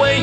味，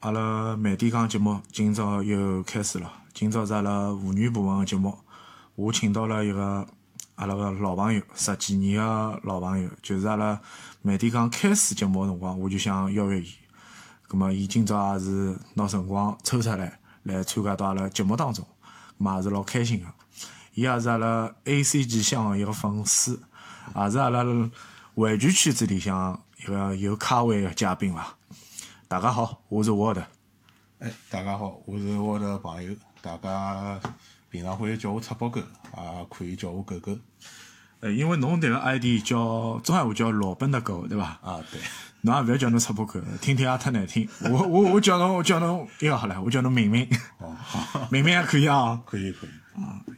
阿拉慢点讲节目，今朝又开始了。今朝是阿拉妇女部分的节目，我请到了一个阿拉个老朋友，十几年的老朋友，就是阿拉慢点讲开始节目的辰光，我就想邀约伊。葛么，伊今朝也是拿辰光抽出来来参加到阿拉节目当中，葛么也是老开心的。伊也是阿拉 A C G 项的一个粉丝，也是阿拉玩具圈子里向一个有咖位的嘉宾伐。大家好，我是沃德。哎，大家好，我是我的朋友，大家平常欢喜叫我赤宝狗，也可以叫我狗狗呃，因为侬迭个 ID 叫中闲话叫老笨的狗，对伐？啊，对，侬也勿要叫侬赤膊狗，听听也忒难听。我我我叫侬我叫侬一个好了，我叫侬明明，哦，好， 明明还可以啊。可以可以，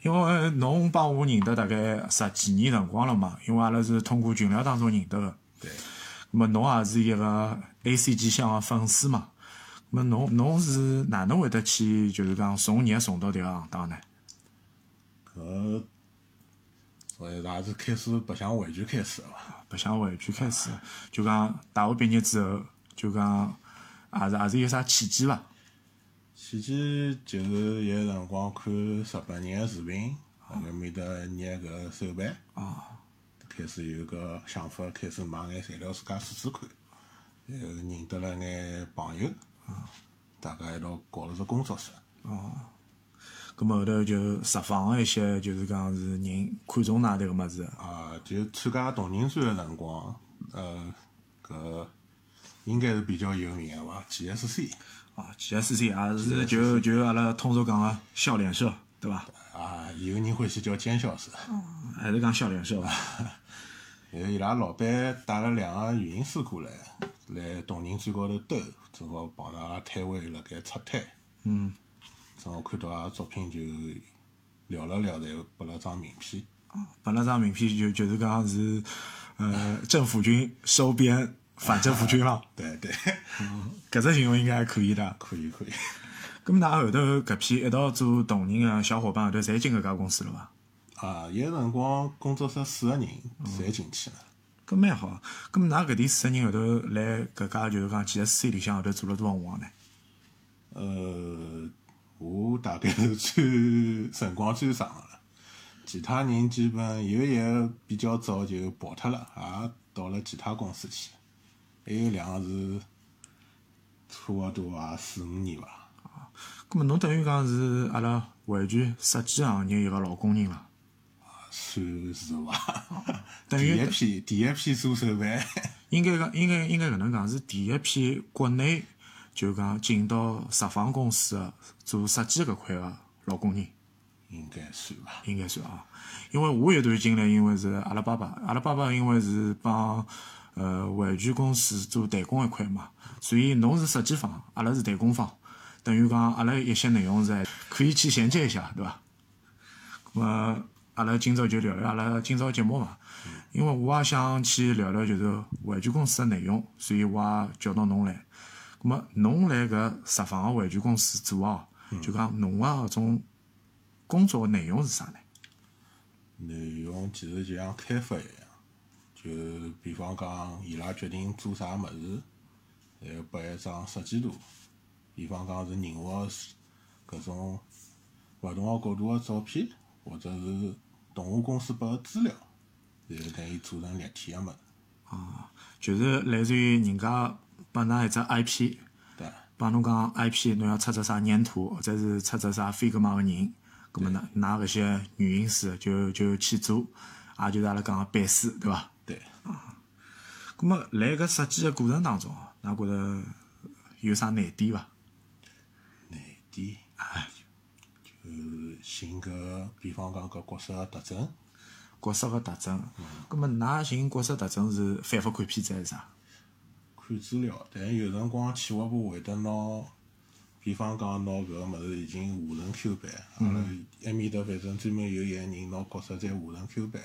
因为呃侬帮我认得大概十几年辰光了嘛，因为阿拉是通过群聊当中认得的。对，那么侬也是一个 A C G 项的粉丝嘛？那么侬侬是哪能会得去就是讲从业从到迭个行当呢？搿所以呃也是开始白相玩具开始的嘛，白相玩具开始，就讲大学毕业之后，就讲也是也是有啥契机伐？前期就是有辰光看日本人的视频，辣盖面搭捏搿手办，啊，开始有搿想法，开始买眼材料自家试试看，然后认得了眼朋友，大家一道搞了只工作室。咁么后头就拾访的一些就是讲是人看中㑚迭个物事的，啊，就参加同人展的辰光，呃，搿应该是比较有名的伐？GSC 啊，GSC 也是就就阿拉通俗讲个笑脸社，对伐？啊，有人欢喜叫尖笑师，还是讲笑脸社伐？然后伊拉老板带了两个语音师过来，来同人展高头兜，正好碰到阿拉摊位辣盖拆摊，嗯，正好看到阿拉作品就聊了聊，然后拨了张名片， 本来张名片就就是讲是呃政府军收编反政府军了，对对，搿只行为应该还可以的。 可以可以，咁么㑚后头搿批一道做同人个小伙伴后头侪进搿家公司了伐？啊，有辰光工作室四个人侪进去了。搿蛮好。咁㑚搿点四个人后头来搿家就是讲 GSC 里向后头做了多少辰光呢？呃，我大概是最辰光最长的了，其他人基本有一个比较早就跑脱了，也到了其他公司去，还有两个是差不多也四五年吧。咁么侬等于讲是阿拉玩具设计行业一个老工人了。算是吧，等第于一批第一批做手办，应该讲，应该应该搿能讲是第一批国内就讲进到十方公司的做设计搿块个老工人，应该算吧。应该算啊。因为我有段经历，因为是阿拉爸爸，阿拉爸爸因为是帮呃玩具公司做代工一块嘛，所以侬是设计方，阿拉是代工方，等于讲阿拉一些内容是还可以去衔接一下，对伐？咁么阿拉今朝就聊聊阿拉今朝节目嘛，因为我也想去聊聊就是玩具公司的内容，所以我也叫到侬来。咁么侬来搿十方个玩具公司做哦，就讲侬个搿种工作内容是啥呢？内容其实就像开发一样，就比方讲，伊拉决定做啥物事，然后拨一张设计图，比方讲是人物搿种勿同个角度个照片，或者是动画公司拨个资料，然后等伊做成立体个物事，就是来自于人家拨㑚一只 IP，对伐？帮侬讲 IP，侬要出只啥粘土，或者是出只啥 figma 个人，咁么呢，拿搿些软硬书就就去做，也就是阿拉讲个背书，对伐？对，咁么辣搿设计个过程当中，㑚觉着有啥难点伐？难点啊就是寻搿，比方讲搿角色个特征，角色个特征，咁么㑚寻角色特征是反复看片子还是啥？看资料，但有辰光企划部会得拿，比方讲拿搿个物事已经下成 Q 版，阿拉埃面搭反正专门有一个人拿角色再下成 Q 版，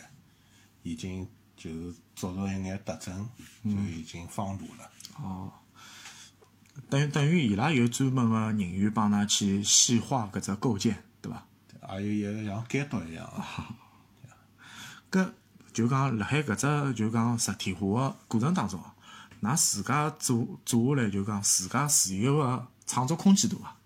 已经就是找到一眼特征，就已经放大了。哦，等于等于伊拉有专门个人员帮㑚去细化搿只构建，对伐？还有一个像监督一样啊，搿就讲辣海搿只就讲实体化个过程当中，啊㑚自家做做下来就讲自家自由个创作空间大啊伐？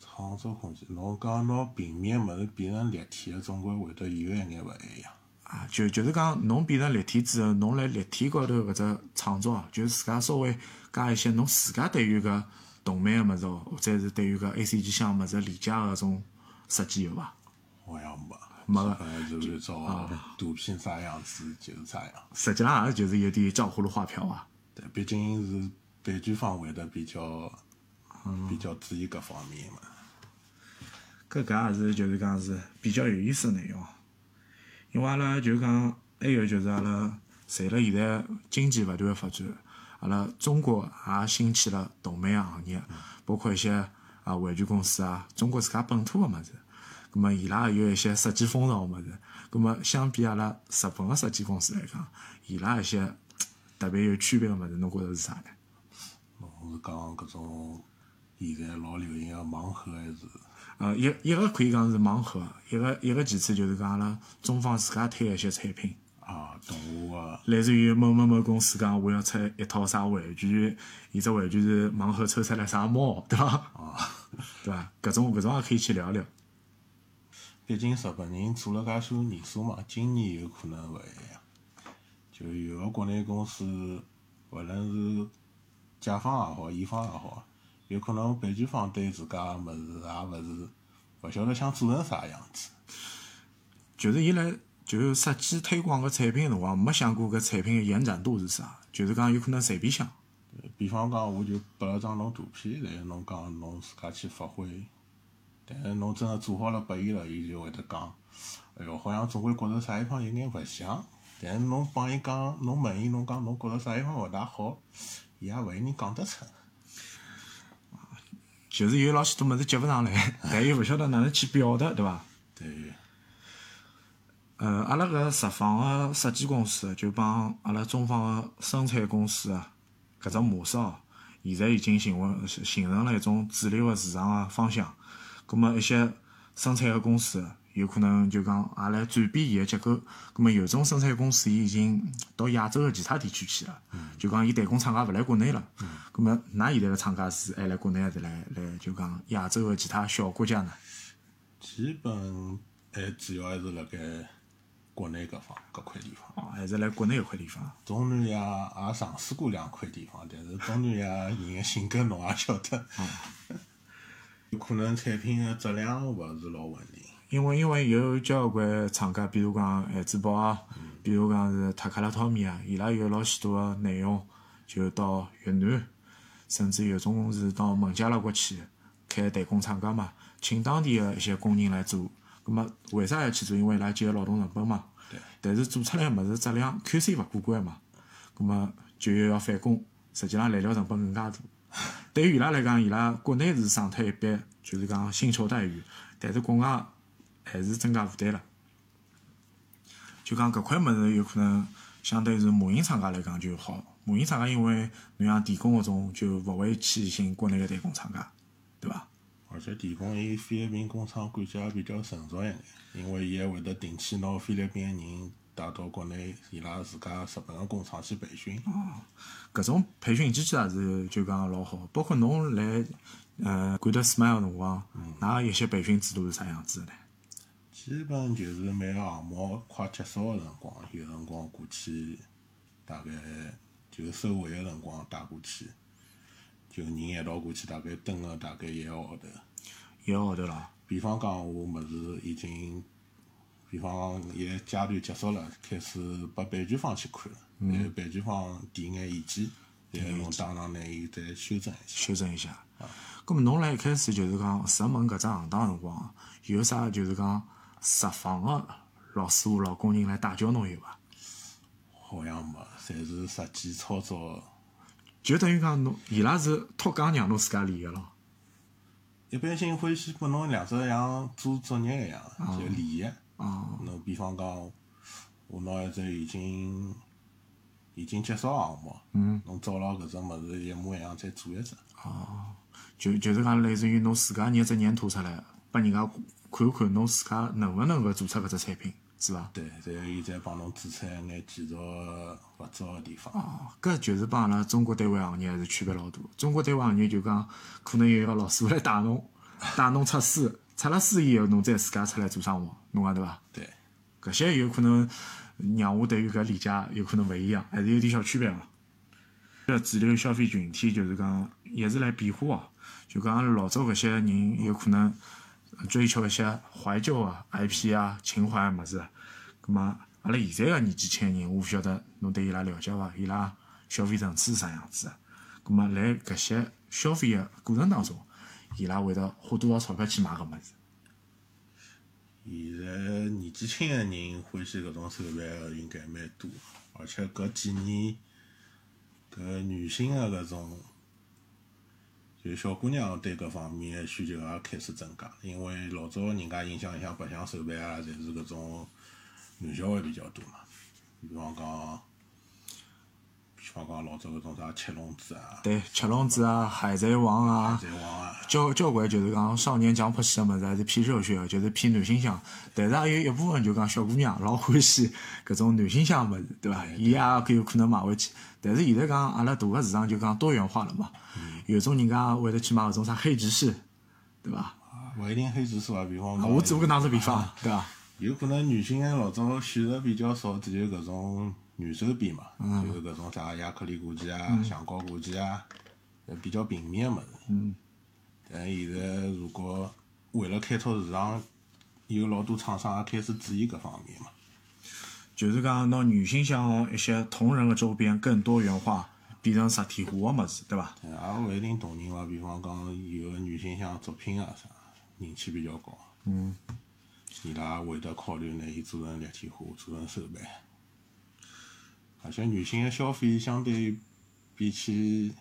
创作空间。侬讲拿平面物事变成立体的，总归会得有一眼勿一样。啊，就就是讲侬变成立体之后，侬辣立体高头搿只创作啊，就是自家稍微加一些侬自家对于搿动漫个物事哦，或者是对于搿 A C G 项物事理解个搿种设计有伐？好像没，没个反正就是照图片啥样子就是啥样。实际浪也就是有点照葫芦画瓢啊。对，毕竟是版权方会得比较比较注意搿方面嘛。搿搿也是就是讲是比较有意思的内容，因为阿拉就讲还有就是阿拉随了现在经济勿断的发展，阿拉中国也兴起了动漫行业，包括一些啊玩具公司啊，中国自家本土个物事。咁么伊拉也有一些设计风潮个物事，咁么相比阿拉日本个设计公司来讲，伊拉一些特别有区别个物事，侬觉着是啥呢？侬是讲搿种现在老流行个盲盒还是？呃，一一个可以讲是盲盒，一个一个其次就是讲阿拉中方自家推的一些产品，啊，动画啊，类似于某某某公司讲我要出一套啥玩具，伊只玩具是盲盒抽出来啥猫，对伐？ 对伐？搿种搿种也可以去聊聊。毕竟日本人做了介许多年数嘛，今年有可能勿一样。就有个国内公司，勿论是甲方也好，乙方也好，有可能版权方对自家物事也勿是勿晓得想做成啥样子。就是伊来就是设计推广搿产品的辰光，没想过搿产品的延展度是啥，就是讲有可能随便想。比方讲，我就拨了张侬图片，然后侬讲侬自家去发挥，但是侬真个做好了拨伊了，伊就会得讲，哎哟，好像总归觉着啥地方有眼勿像。但是侬帮伊讲，侬问伊，侬讲侬觉着啥地方勿大好，伊也勿一定讲得出。就是有老许多物事接勿上来， 但又勿晓得哪能去表达，对伐？对，呃，阿拉搿日方个设计公司就帮阿拉中方个生产公司啊，搿只模式哦，现在已经形成形成了一种主流个市场个方向。葛末一些生产个公司有可能就讲也来转变伊个结构。葛末有种生产公司伊已经到亚洲个其他地区去了，就讲伊代工厂家勿来国内了。葛末㑚现在个厂家是还来国内还是来来就讲亚洲个其他小国家呢？基本还主要还是辣盖国内搿方搿块地方。哦，还是来国内搿块地方。东南亚也尝试过两块地方，但是东南亚人的性格侬也晓得，有可能产品的质量勿是老稳定。因为因为有交关厂家，比如讲孩之宝啊，比如讲是塔克拉汤米啊，伊拉有老许多个内容就到越南，甚至有种是到孟加拉国去开代工厂家嘛，请当地个一些工人来做。葛么为啥要去做？因为伊拉节约劳动成本嘛。对。但是做出来个物事质量 QC 勿过关嘛，葛么就又要返工，实际上来料成本更加大。对于伊拉来讲，伊拉国内是省脱一笔，就是讲薪酬待遇，但是国外还是增加负担了。就讲搿块物事有可能相对是母婴厂家来讲就好，母婴厂家因为侬像电工搿种就勿会去寻国内个代工厂家，对伐？而且提供伊菲律宾工厂管家比较成熟一眼，因为伊还会得定期拿菲律宾人带到国内伊拉自家日本个工厂去培训。搿种培训机制也是就讲老好，包括侬来呃管得 Smile 辰光，㑚一些培训制度是啥样子的呢？基本就是啊每个项目快结束个辰光，有辰光过去，大概就是收尾个辰光带过去，就人一道过去，大概蹲个大概一个号头。一个号头了，比方讲，我物事已经，比方讲一个阶段结束了，开始拨版权方去看了，然后版权方提眼意见，然后侬当场拿伊再修正一下。修正一下。咁么侬辣一开始就是讲入门搿只行当辰光，有啥就是讲实访个老师傅、老工人来带教侬有伐？好像没，侪是实际操作。就等于讲侬伊拉是托讲让侬自家练个咯。一般性会先拨侬两只像做作业一样，就练习。侬比方讲，我拿一只已经已经结束项目，侬照牢搿只物事一模一样再做一只。就就是讲类似于侬自家捏只粘土出来，拨人家看看侬自家能勿能够做出搿只产品，是伐？对，然后伊再帮侬指出一眼技术勿足个地方。哦，搿就是帮阿拉中国单位行业还是区别老大。中国单位行业就讲，可能有一个老师傅来带侬，带侬出书，出了书以后，侬再自家出来做生活，侬讲对伐？对，搿些有可能让我对于搿理解有可能勿一样，还是有点小区别个。搿主流消费群体就是讲也是来变化哦，就讲老早搿些人有可能追求一些怀旧啊、IP 啊、情怀个物事。葛末阿拉现在个年纪轻人，我勿晓得侬对伊拉了解伐？伊拉消费层次是啥样子啊？葛末辣搿些消费个过程当中，伊拉会得花多少钞票去买搿物事？现在年纪轻个人欢喜搿种手办个应该蛮多，而且搿几年搿女性个搿种，就是小姑娘对搿方面个需求也开始增加，因为老早人家印象里向白相手办啊，侪是搿种男小孩比较多嘛，比方讲，比方讲老早搿种啥七龙珠啊、对，七龙珠啊、海贼王啊海。贼王啊，交交关就是讲少年强迫系个物事还是偏热血的，就是偏男性向。但是也有一部分就讲小姑娘老欢喜搿种男性向个物事，对伐？伊也可有可能买回去。但是现在讲阿拉大个市场就讲多元化了嘛，有种人家会得去买搿种啥黑骑士，对伐？勿一定黑指数啊，比方讲，我只不过打个比方，对伐？有可能女性眼老早选择比较少，只有搿种软手边嘛，就是搿种啥亚克力挂件啊、橡胶挂件啊，呃比较平面个物事。嗯。但现在如果为了开拓市场，有老多厂商也开始注意搿方面嘛。就是讲拿女性向一些同人个周边更多元化，变成实体化个物事，对伐？但也勿一定同人伐，比方讲有个女性向作品啊啥，人气比较高。嗯。伊拉会得考虑拿伊做成立体化，做成手办。而且女性的消费相对比起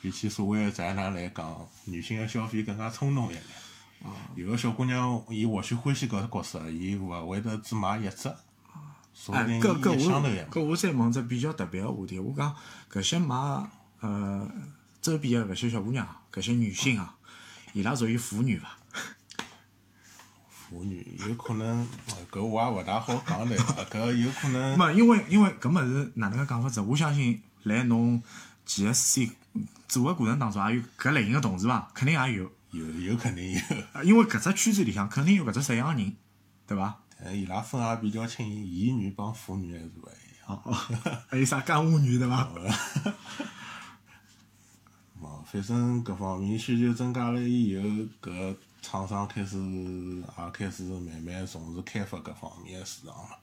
比起所谓的宅男来讲，女性的消费更加冲动一点。有个小姑娘，伊或许欢喜搿个角色，伊勿会得只买一只，说哎不定，搿搿伊一箱头一我买。搿我再问只比较特别个话题，我讲搿些买呃周边个搿些小姑娘，搿些女性啊，伊拉属于腐女伐？妇女有可能，呃搿我也勿大好讲对伐？搿有可能。没，因为因为搿物事哪能介讲法子？我相信来侬 GSC 做个过程当中，也有搿类型个同事伐？肯定也有，有有肯定有，啊因为搿只圈子里向肯定有搿只色样个人，对伐？但呃伊拉分也比较清，乙女帮腐女还是勿一样。哦哦，还有啥干物女对伐？嘛，呃反正搿方面需求增加了以后，搿厂商开始也开始慢慢重视开发搿方面的市场了。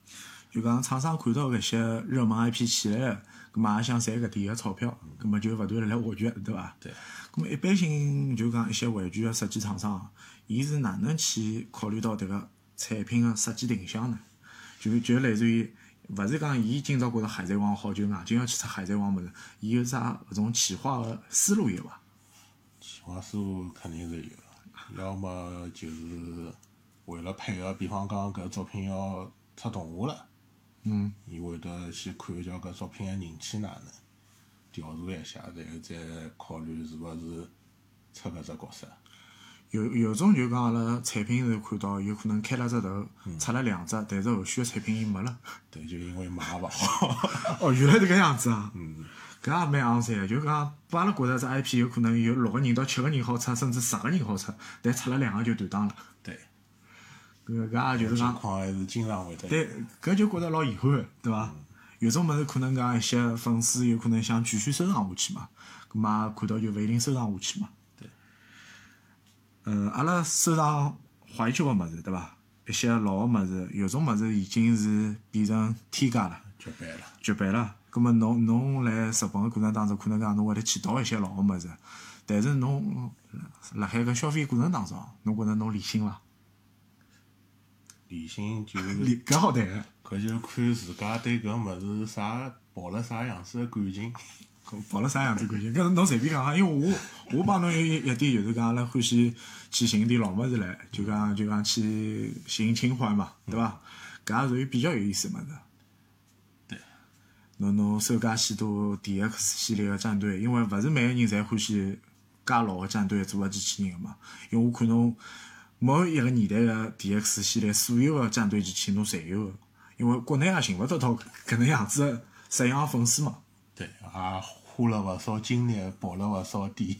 就讲厂商看到搿些热门 IP 起来了，葛末也想赚搿点个钞票，葛末就勿断辣辣挖掘，对伐？对。葛末一般性就讲一些玩具个设计厂商，伊是哪能去考虑到迭个产品个设计定向呢？就就类似于，勿是讲伊今朝觉着海贼王好，就硬劲要去出海贼王物事，伊有啥搿种企划个思路有伐？企划思路肯定是有，要么就是为了配合，比方讲搿作品要出动画了，嗯，伊会得先看一瞧搿作品的人气哪能，调查一下，然后再考虑是勿是出搿只角色。有有种就讲阿拉产品是看到有可能开了只头，出了两只，但是后续个产品伊没了。对，就因为卖勿好。 哦，原来是搿样子啊。嗯。搿也蛮昂塞的，就讲把阿拉觉着只 IP 有可能有六个人到七个人好出，甚至十个人好出，但出了两个就断档了。对。搿搿也就是情讲，况还是经常会得有。对，搿就觉着老遗憾的，对伐？有种物事可能讲一些粉丝有可能想继续收藏下去嘛，葛末看到就勿一定收藏下去嘛。对。呃，阿拉收藏怀旧个物事，对伐？一些老个物事，有种物事已经是变成天价了。绝版了。绝版了。葛末侬侬来日本个过程当中，可能讲侬会得捡到一些老个物事，但是侬辣海搿消费过程当中，侬觉着侬理性伐？理性就理是，搿好谈个，搿就看自家对搿物事啥抱了啥样子的感情。抱了啥样子感情？搿是侬随便讲啊，因为我我帮侬有一一点就是讲，阿拉欢喜去寻点老物事来，就讲就讲去寻情怀嘛，对伐？搿也属于比较有意思个物事。对，侬侬收加许多 DX 系列个战队，因为勿是每个人侪欢喜介老个战队做个机器人个嘛。因为我看侬某一个年代个 DX 系列，所有个战队机器侬侪有个，因为国内也寻勿到到搿能样子个适样粉丝嘛。对，也花了勿少精力，跑了勿少点。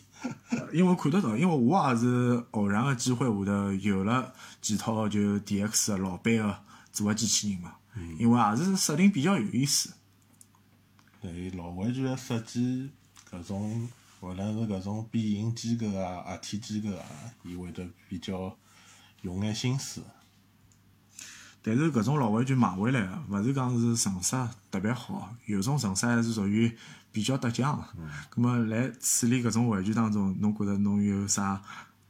因为看得到，因为我也是偶然个机会下头有了几套就 DX 的老版个做个机器人嘛，因为也是设定比较有意思。 对，老玩具的设计，搿种无论是搿种变形机构啊、合体机构啊，伊会得比较用眼心思。但是搿种老玩具买回来个，勿是讲是成色特别好，有种成色还是属于比较得奖个。咁么来处理搿种玩具当中，侬觉着侬有啥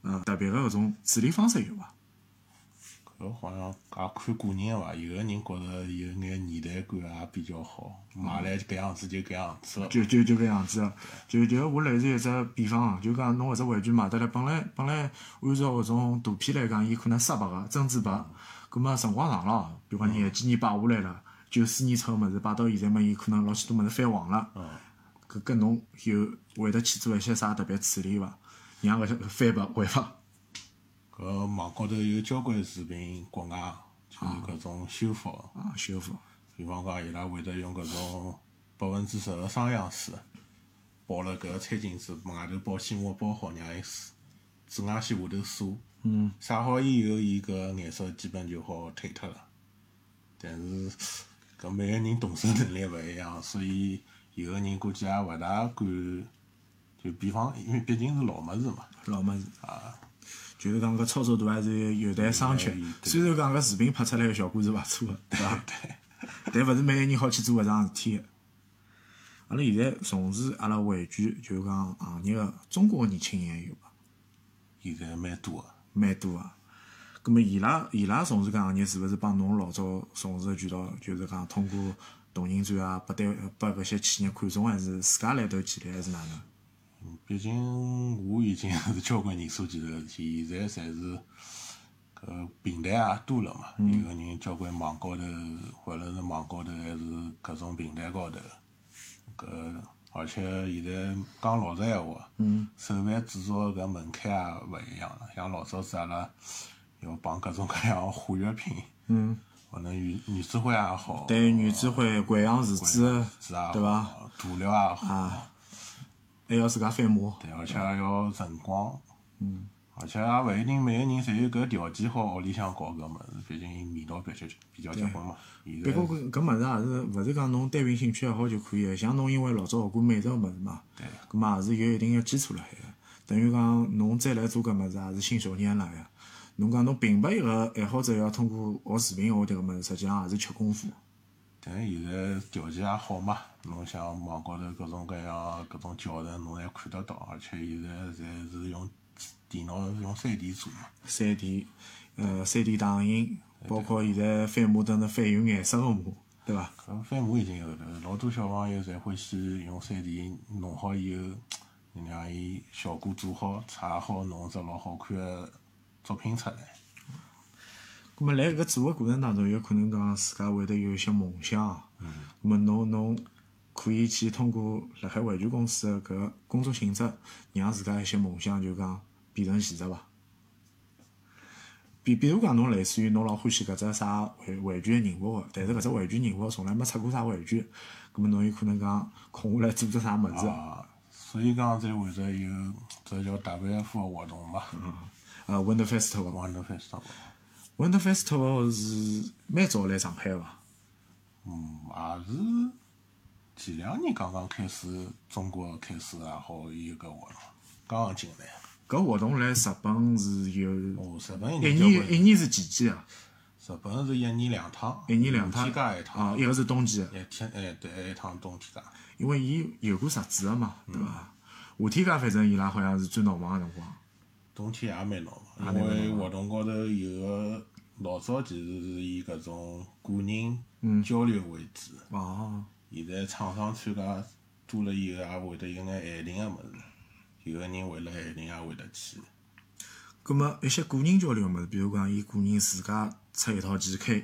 呃特别个搿种处理方式有伐？搿好像也看个人伐，有个人觉着有眼年代感也啊比较好，买来搿样子就搿样子了。就就就搿样子个，就就我类似一只比方啊，就讲侬搿只玩具买得来，本来本来按照搿种图片来讲，伊可能砂白个、针织白，葛末辰光长了，啊比方廿几年摆下来了，九四年出个物事摆到现在嘛，伊可能老许多物事泛黄了。搿搿侬有会得去做一些啥特别处理伐？让搿些翻白回伐？搿网高头有交关视频，国外就是搿种修复，啊，修复。比方讲伊拉会得用搿种百分之十个双氧水，包了搿个餐巾纸，外头包起膜包好，让伊水紫外线下头晒。嗯。晒好以后，伊搿颜色基本就好褪脱了。但是搿每个人动手能力勿一样，所以有个人估计也勿大敢。就比方，因为毕竟是老物事嘛，老么子啊，就是讲搿操作度还是有待商榷。对虽然讲搿视频拍出来个效果是勿错个，对伐？ 但勿是每个人好去做搿桩事体个。阿拉现在从事阿拉玩具，就是讲行业个中国个年轻人有伐？现在蛮多个。蛮多个。葛末伊拉伊拉从事搿行业是勿是帮侬老早从事个渠道，就是讲通过同人展啊，拨单拨搿些企业看中，还是自家来投起来，还是哪能？毕竟我已经 是交关年数前头个事体，现在侪是搿平台也多了嘛，嗯有个人交关网高头，或者是网高头还是搿种平台高头，搿而且现在讲老实闲话，嗯手办制作搿门槛也勿一样了，像老早子阿拉要帮各种各样的化学品，嗯，可能女女子会也好，对于女子会、掼啊样树是枝，也对啊伐？好，涂料也好。还要自家翻模。对，而且还要辰光。嗯。而且也勿一定每个人侪有搿条件好屋里向搞搿物事，毕竟味道比较比较结棍嘛。现在不过搿搿物事也是勿是讲侬单凭兴趣爱好就可以个，像侬因为老早学过美术个物事嘛，对搿么也是有一定个基础辣海个。等于讲侬再来做搿物事也是信手拈来个。侬讲侬平白一个爱好者要通过学视频学迭个物事，实际上也是吃功夫。但是现在条件也好嘛，侬像网高头各种各样搿种教程，侬侪看得到，而且现在侪是用电脑用三 D 做嘛。三 D，呃，三 D 打印，包括现在翻模等等翻有颜色个模，对伐？搿翻模已经有了，老多小朋友侪欢喜用三 D 弄好以后，你让伊效果做好，擦好，弄只老好看个作品出来。咁么，辣搿做个过程当中，有可能讲自家会得有一些梦想。嗯。咁么，侬侬可以去通过辣海玩具公司个搿工作性质，让自家一些梦想就讲变成现实伐？比比如讲，侬类似于侬老欢喜搿只啥玩玩具个人物个，但是搿只玩具人物从来没出过啥玩具，咁么侬有可能讲空下来做只啥物事。啊，所以讲才会得有这叫 WF 的活动嘛，呃，Wonder Festival。玩得非常 Wonder Festival 是蛮早来上海伐？嗯，也是前两年刚刚开始，中国开始也好有搿活动，刚刚进来。搿活动来日本是有哦，日本应一该交关年一年是几季啊？日本是一年两趟，一年两趟天假一啊，趟，一个是冬季的，一天哎对，一趟冬天假。因为伊有过日子的嘛，对伐？夏天介反正伊拉好像是最闹忙的辰光。冬天也蛮闹也啊嘛，蛮因闹为活动高头有个老早其实是以搿种个嗯人交流为主，哦，现在厂商参加多了以后，也会得有眼限定个物事，有个人为了限定也会得去。葛末一些个人交流嘛，比如讲伊个人自家出一套旗开，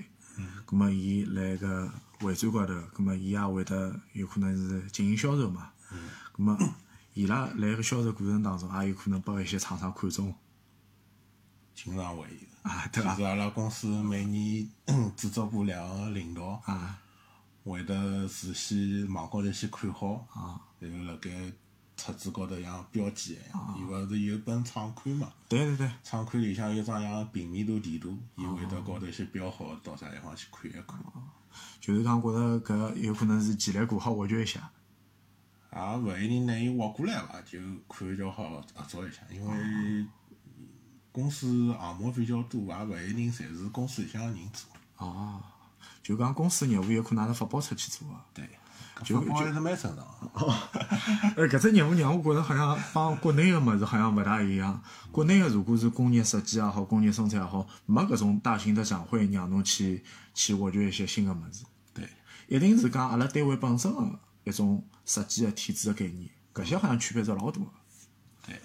葛末伊来个会展高头，葛末伊也会得有可能是进行销售嘛。葛末伊拉来个销售过程当中，也有可能被一些厂商看中经常会有。啊，对其伐实？阿拉公司每年制作部两个领导啊，会得事先网高头先看好，啊然后辣盖册子高头像标记一啊样，伊勿是有本厂刊嘛？对对对，厂刊里向有张像平面图地图，啊伊会得高头先标好到啥地方去看一看，就是讲觉着搿有可能是前来过好挖掘一下。也勿啊一定拿伊挖过来伐，就看叫好合作一下，因为公司项目比较多，也勿一定侪是公司里向个人做。哦，就讲公司业务有可能阿拉发包出去做啊。对，就搿发包还是蛮正常的。呃，搿只业务让我觉着好像帮国内个物事好像勿大一样。国内个如果是工业设计也好，工业生产也好，没搿种大型的展会让侬去去挖掘一些新个物事，对。一定是讲阿拉单位本身个一种设计个体制个概念，搿些好像区别是老大个。对，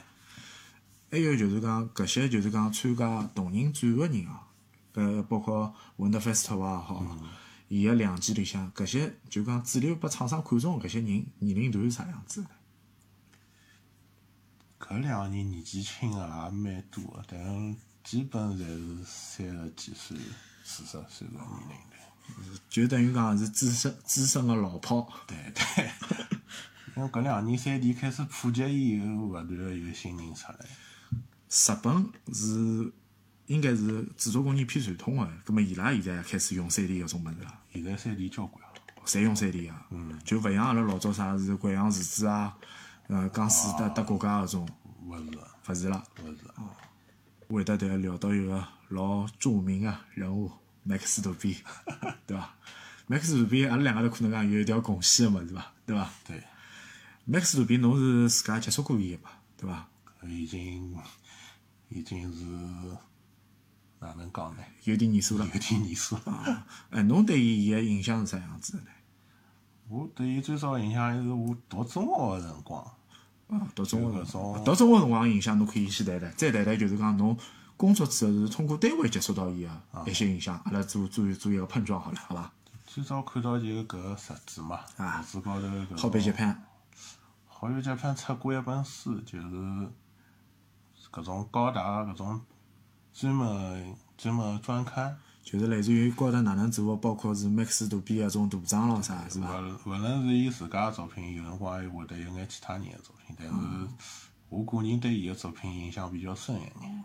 还有就是讲，搿些就是讲参加同人展个人啊，搿包括 Wonderfest 也好，伊个两季里向，搿些就讲主流被厂商看中的搿些人年龄段是啥样子的呢？搿两个人年纪轻个也蛮多个，但基本侪是三十几岁、四十岁个年龄段。就等于讲是资深资深个老炮。对对， 因为搿两年三 D 开始普及以后，勿断地有新人出来。日本是应该是制作工艺偏传统个，葛末伊拉现在也开始用三 D 搿种物事了，现在三 D 交关啊，侪用三 D 啊。就勿像阿拉老早啥是掼样树枝啊，呃，钢丝搭搭骨架搿种，勿是啊勿是啦。勿是啊。会得对聊到一个老著名个人物麦克斯杜比， 对伐？麦克斯杜比，阿拉两个头可能讲有一条共线个物事伐？对伐？对，麦克斯杜比，侬是自家接触过伊个嘛？对伐？搿已经已经是哪能讲呢？有点年数 了。有点年数了。哎，侬对伊伊个印象是啥样子的呢？我对伊最早印象还是我读中学个辰光。啊，读中学有搿种读中学辰光印象，侬可以先谈谈，再谈谈就是讲侬工作之后是通过单位接触到伊个一些印象，阿拉做做做一个碰撞好了，好伐？最早看到就是搿个杂志嘛，啊杂志高头搿种好比接盘，好友集团出过一本书，就是搿种高达搿种专门专门专刊，就是类似于高头哪能做，包括是麦克斯杜比啊搿种图章咯啥，是勿伐？勿论是伊自家的作品，有辰光还会得有眼其他人的作品，但嗯是我个人对伊的作品印象比较深一眼。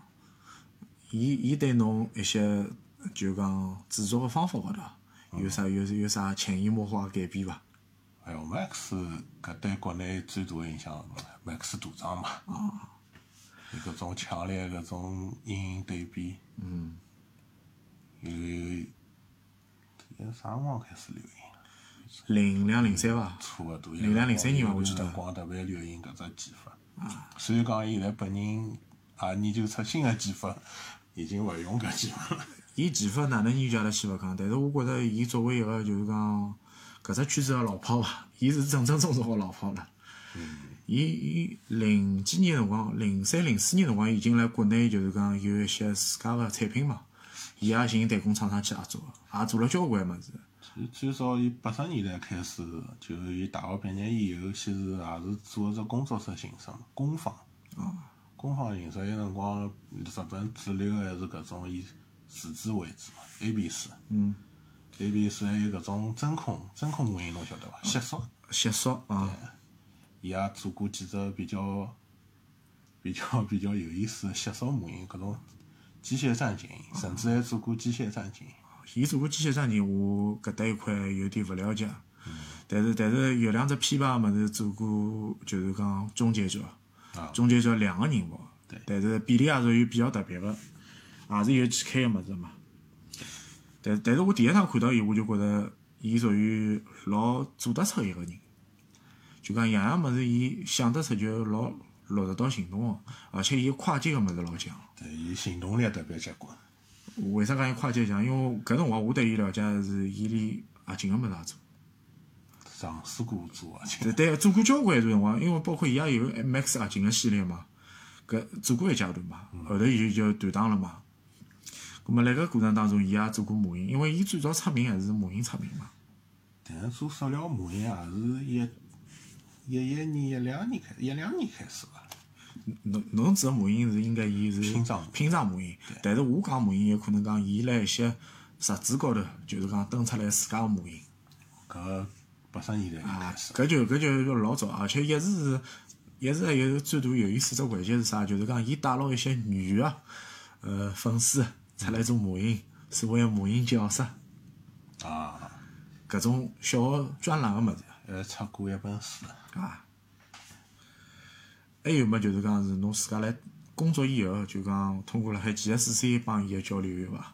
伊伊对侬一些就讲制作个方法高头有啥有有啥潜移默化的改变伐？哎呦，Max 搿对国内最大的影响，Max 图章嘛，哦有搿种强烈的搿种阴影对比，嗯，有有啥辰光开始流行？零两零三伐？差勿多。零两零三年吧我记得嗯有辰光特别流行搿只技法。虽然讲伊现在本人也研究出新的技法，已经勿用搿技法了。伊技法哪能研究阿拉先勿讲，但是我觉着伊作为一个就是讲搿只圈子个老炮伐，伊是正正宗宗个老炮了。伊伊零几年辰光，零三零四年辰光已经来国内就是讲有一些自家个产品嘛，伊也寻代工厂商去合作，也做了交关物事。最最早伊八十年代开始，就伊大学毕业以后，先是也是做只工作室形式嘛，工坊。工坊形式，有辰光日本主流的还是搿种以数字为主嘛，A B 四。嗯。A B 四还有搿种真空真空模型，侬晓得伐？吸塑。吸塑啊，伊也做过几只比较、比较、比较有意思的吸收模型，搿种机械战警，甚至还做过机械战警。伊做过机械战警，我搿搭一块有点勿了解。但是但是有两只偏排物事做过，就是讲终结者啊，终结者两个人物，对但是比例也属于比较特别个，也是有几 K 个物事嘛。但但是我第一趟看到伊，我就觉着伊属于老做得出一个人，就讲样样物事伊想得出，就老落实到行动个，而且伊跨界个物事老强。对，伊行动力特别结棍。为啥讲伊跨界强？因为搿辰光我对伊了解是伊连合金个物事也做。尝试过做啊，对对，做过交关一段辰光，因为包括伊也有 Max 合金个系列嘛，搿做过一阶段嘛，后头伊就断档了嘛。葛末辣搿过程当中，伊也做过模型，因为伊最早出名还是模型出名嘛。但是做塑料模型也是一一一年、一两年开、一两年开始吧。侬侬指个模型是应该伊是拼装拼装模型，但是我讲模型有可能讲伊辣一些杂志高头，就是讲登出来自家个模型。搿八十年代就啊开，始，搿就搿就老早，而且一直是，一直还有最大有意思只环节是啥？就是讲伊带牢一些女个呃粉丝出来做模型，所谓个模型教室，啊，搿种小个专栏个物事还呃出过一本书，啊。还有么？就是讲是侬自家来工作以后，就讲通过辣海 GSC 帮伊个交流有伐？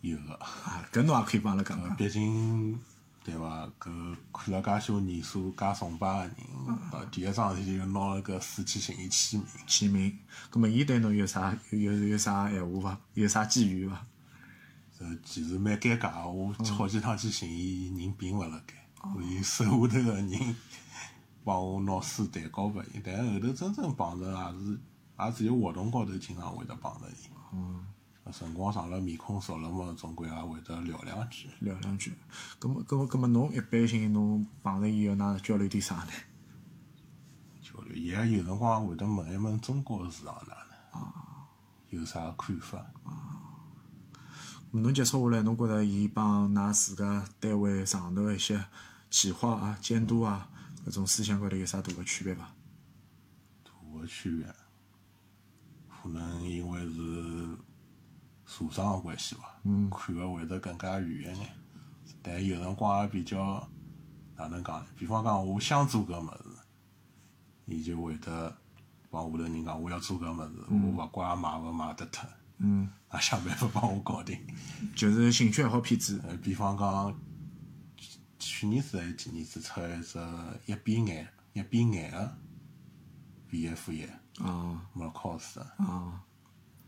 有个。呃啊，搿侬也可以帮阿拉讲讲。毕竟对伐？搿看了介许多年数、介崇拜个人，呃，第一桩事体就拿了搿书去寻伊签名。签名，葛末伊对侬有啥有有有啥闲话伐？有啥寄语伐？呃，其实蛮尴尬，我好几趟去寻伊，人并勿辣盖，伊手下头个人帮我拿书抬交拨伊，但后头真正碰着也是，也只有活动高头经常会得碰着伊。嗯。辰光长了，面孔熟了嘛，总归也会得聊两句。聊两句。咁么，咁么，咁么，啊侬一般性侬碰着伊后，㑚交流点啥呢？交流。伊拉有辰光会得问一问中国个市场哪能，有啥看法？咁侬接触下来，侬觉着伊帮㑚自家单位上头一些企划啊、监督啊搿种思想高头有啥大个区别伐？大个区别，可能因为是坐商个关系伐，看个会得更加远一眼。但有辰光也比较哪能讲呢？比方讲，我想做搿物事，伊就会得帮下头人讲，我要做搿物事，我勿怪卖勿卖得脱，嗯，也想办法帮我搞定。就是兴趣爱好片子呃，比方讲，去去年子还是前年子出了一只一边眼一边眼个 VF 一啊 m o c o s 啊，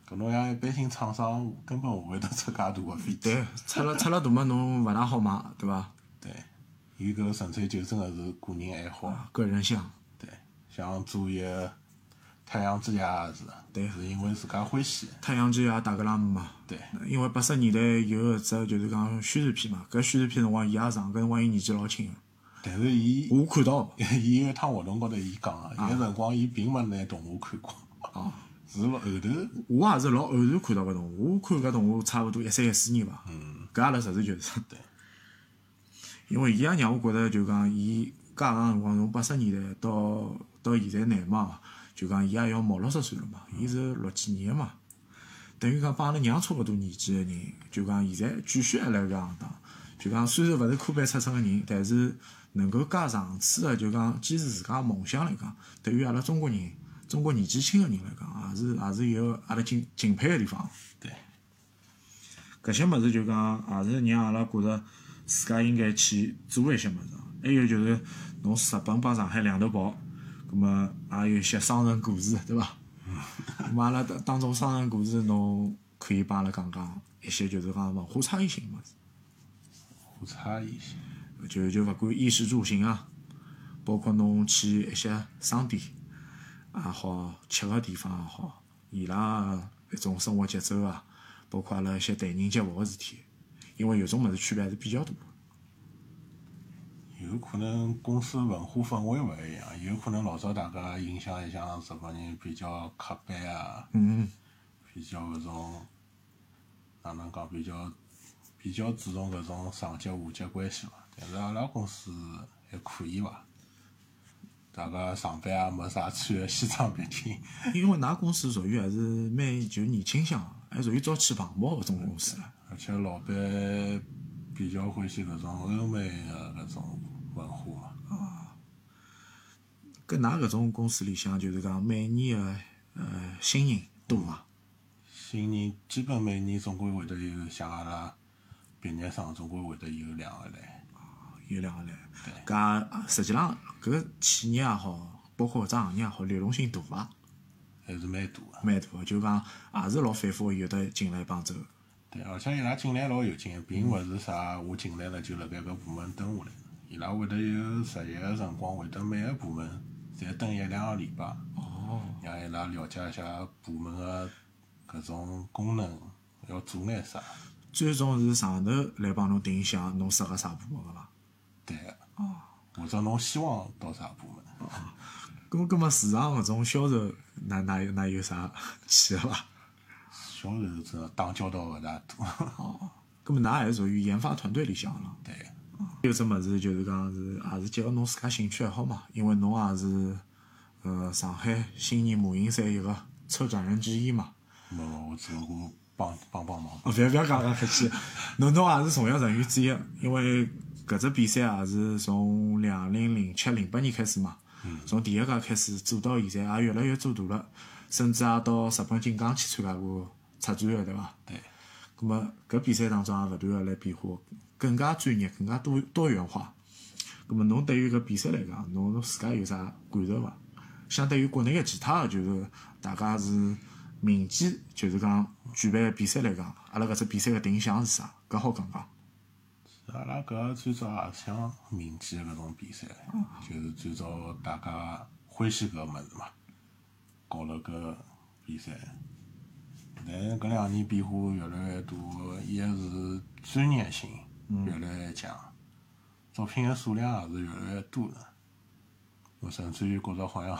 搿侬像一般性厂商根本勿会得出介 大个飞机。对，出了出了大么侬勿大好买，对伐？对，伊搿纯粹就真个是个人爱好。个人向对，像做一个太阳之家也是，对是因为自家欢喜。太阳系也打格拉姆嘛。对，因为八十年代有一只就是讲宣传片嘛，搿宣传片辰光伊也上，搿辰光伊年纪老轻个，但是伊 我看到伊有一趟活动高头伊讲个，有辰光伊并没拿动画看过，啊。是辣后头我也是老偶然看到搿动画，我看搿动画差勿多一三一四年伐。搿阿拉实事求是。对。因为伊也让我觉着就讲，伊介长辰光从八十年代到到现在难嘛，就讲伊也要毛六十岁了嘛，伊是六几年个嘛，等于讲帮阿拉娘差勿多年纪个人，就讲现在继续还辣搿行当，就讲虽然勿是科班出身个人，但是能够介长期个就讲坚持自家梦想来讲，对于阿拉中国人。中国年纪轻个人来讲，也是也是有阿拉敬敬佩个地方。对。搿些物事就讲也是让阿拉觉着自家应该去做一些物事。还有就是侬日本帮上海两头跑，葛末也有一些商人故事，对伐？葛末阿拉当当中商人故事，侬可以帮阿拉讲讲一些就是讲文化差异性物事，互差异性。就就勿管衣食住行啊，包括侬去一些商店也好，吃个地方也好，伊拉一种生活节奏啊，包括阿拉一些待人接物个事体，因为有种物事区别还是比较大的。有可能公司文化氛围勿一样，有可能老早大家印象里像日本人比较刻板啊，嗯，比较搿种哪能讲比较比较注重搿种上级下级关系伐。但是阿拉公司还可以伐，大家上班也没啥穿个西装笔挺，因为㑚公司属于还是蛮就年轻向的，还属于朝气蓬勃搿种公司了。而且老板比较欢喜搿种欧美个搿种文化嘛。搿㑚搿种公司里向就是讲每年个呃新人多啊伐？新人基本每年总归会得有，像阿拉毕业生总归会得有两个嘞。有两个嘞。搿实际上搿企业也好，包括搿只行业也好，流动性大伐？还是蛮大啊个。蛮大个，就讲也是老反复的，有的进来一帮走。对，而且伊拉进来老有劲，并勿是啥我进来了就辣盖搿部门蹲下来了。伊拉会得有实习个辰光，会得每个部门侪蹲一两个礼拜，哦，让伊拉了解一下部门个搿种功能要做眼啥。最终是上头来帮侬定向，侬适合啥部门个伐？对个。或者侬希望到啥部门？咁咁么市场搿种销售，哪哪有哪有啥企业伐？销售真的打交道勿大多。 哦，咁么㑚还是属于研发团队里向个咯。对，有只物事就是讲是也是结合侬自家兴趣爱好嘛，因为侬也是呃上海新年马影赛一个策展人之一嘛。没有我只不过帮帮帮忙。哦，勿要勿要讲介客气，侬侬也是重要成员之一，因为搿只比赛也是从两零零七零八年开始嘛，从第一届开始做到现在，也越来越做大了，甚至也到日本静冈去参加过策展个对伐？对，咁么搿比赛当中也勿断个来变化，更加专业，更加多多元化。咁么侬对于搿比赛来讲，侬侬自家有啥感受伐？相对于国内个其他个就是大家是民间就是讲举办个比赛来讲，阿拉搿只比赛个定向是啥？搿好讲伐？阿啊拉搿个最早也像民间搿种比赛，就是最早大家欢喜搿物事嘛，搞了搿比赛。但搿两年变化越来越大，一是专业性越来越强，作品个数量也是越来越多了。我甚至于觉着好像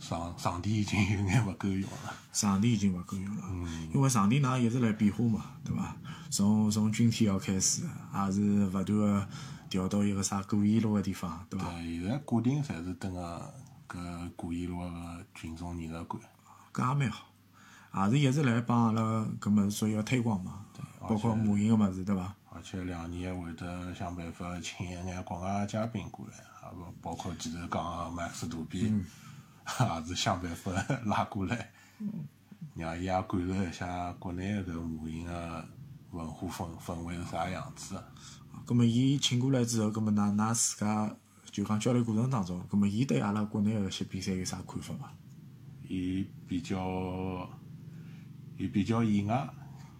场场地已经有眼勿够用了。场地已经勿够用了，因为场地㑚一直辣变化嘛，对伐？从从军体校开始，也是勿断个调到一个啥古一路个地方，对伐？对，现在固定侪是蹲个搿古一路个群众艺术馆，搿也蛮好，也是一直来帮阿拉搿物事做一个推广嘛，包括母婴个物事对伐？而且两年还会得想办法请一眼国外嘉宾过来，也包包括前头讲个麦克斯杜比， 也啊是想办法拉过来，让伊也感受一下国内搿母婴个文化氛氛围是啥样子的。葛末伊请过来之后，葛末㑚㑚自家就讲交流过程当中，葛末伊对阿拉国内个一些比赛有啥看法伐？伊比较，伊比较意外，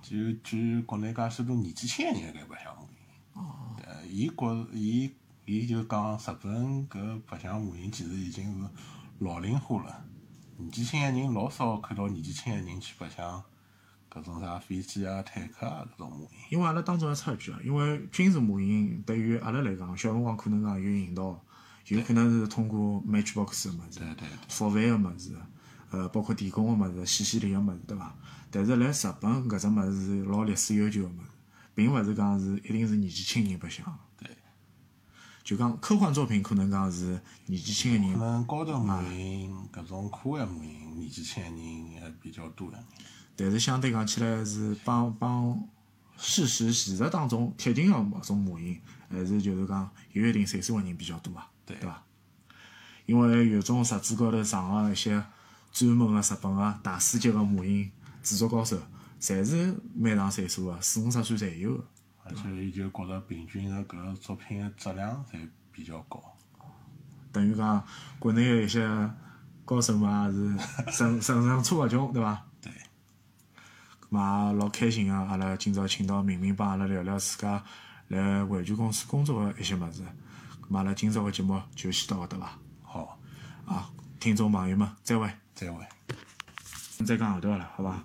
就举国内介许多年纪轻个人搿白相母婴。哦。呃，伊觉伊伊就讲日本搿白相母婴其实已经是老龄化了，年纪轻个人老少看到年纪轻个人去白相搿种啥飞机啊、坦克啊搿种母婴。因为阿拉当中要插一句啊，因为军事母婴对于阿拉来讲，小辰光可能讲有引导，有可能是通过 Matchbox 个物事，对对对。复饭个物事，呃，包括提供个物事、洗洗脸个物事，对伐？但是来日本搿只物事是老历史悠久个物事，并勿是讲是一定是年纪轻人白相的。对。就讲科幻作品可能讲是年纪轻个可人，能高头母婴搿种科幻母婴年纪轻个人还比较多一点。但是相对讲起来是帮帮事实现实当中贴近个某种模型，还是就是讲有一定岁数个人比较多嘛，对对伐？因为有种杂志高头上个一些专门个日本个大师级个模型制作高手，侪是蛮上岁数个，四五十岁侪有个。而且伊就觉着平均的搿个作品的质量侪比较高。等于讲国内的一些高手嘛，也是层层层出不穷，对伐？对，嘛也老开心啊！阿拉今朝请到明明帮阿拉聊聊自家来玩具公司工作的一些物事。咁阿拉今朝个节目就先到搿搭伐？好，啊，听众朋友们，再会，再会。再讲后头了，好伐？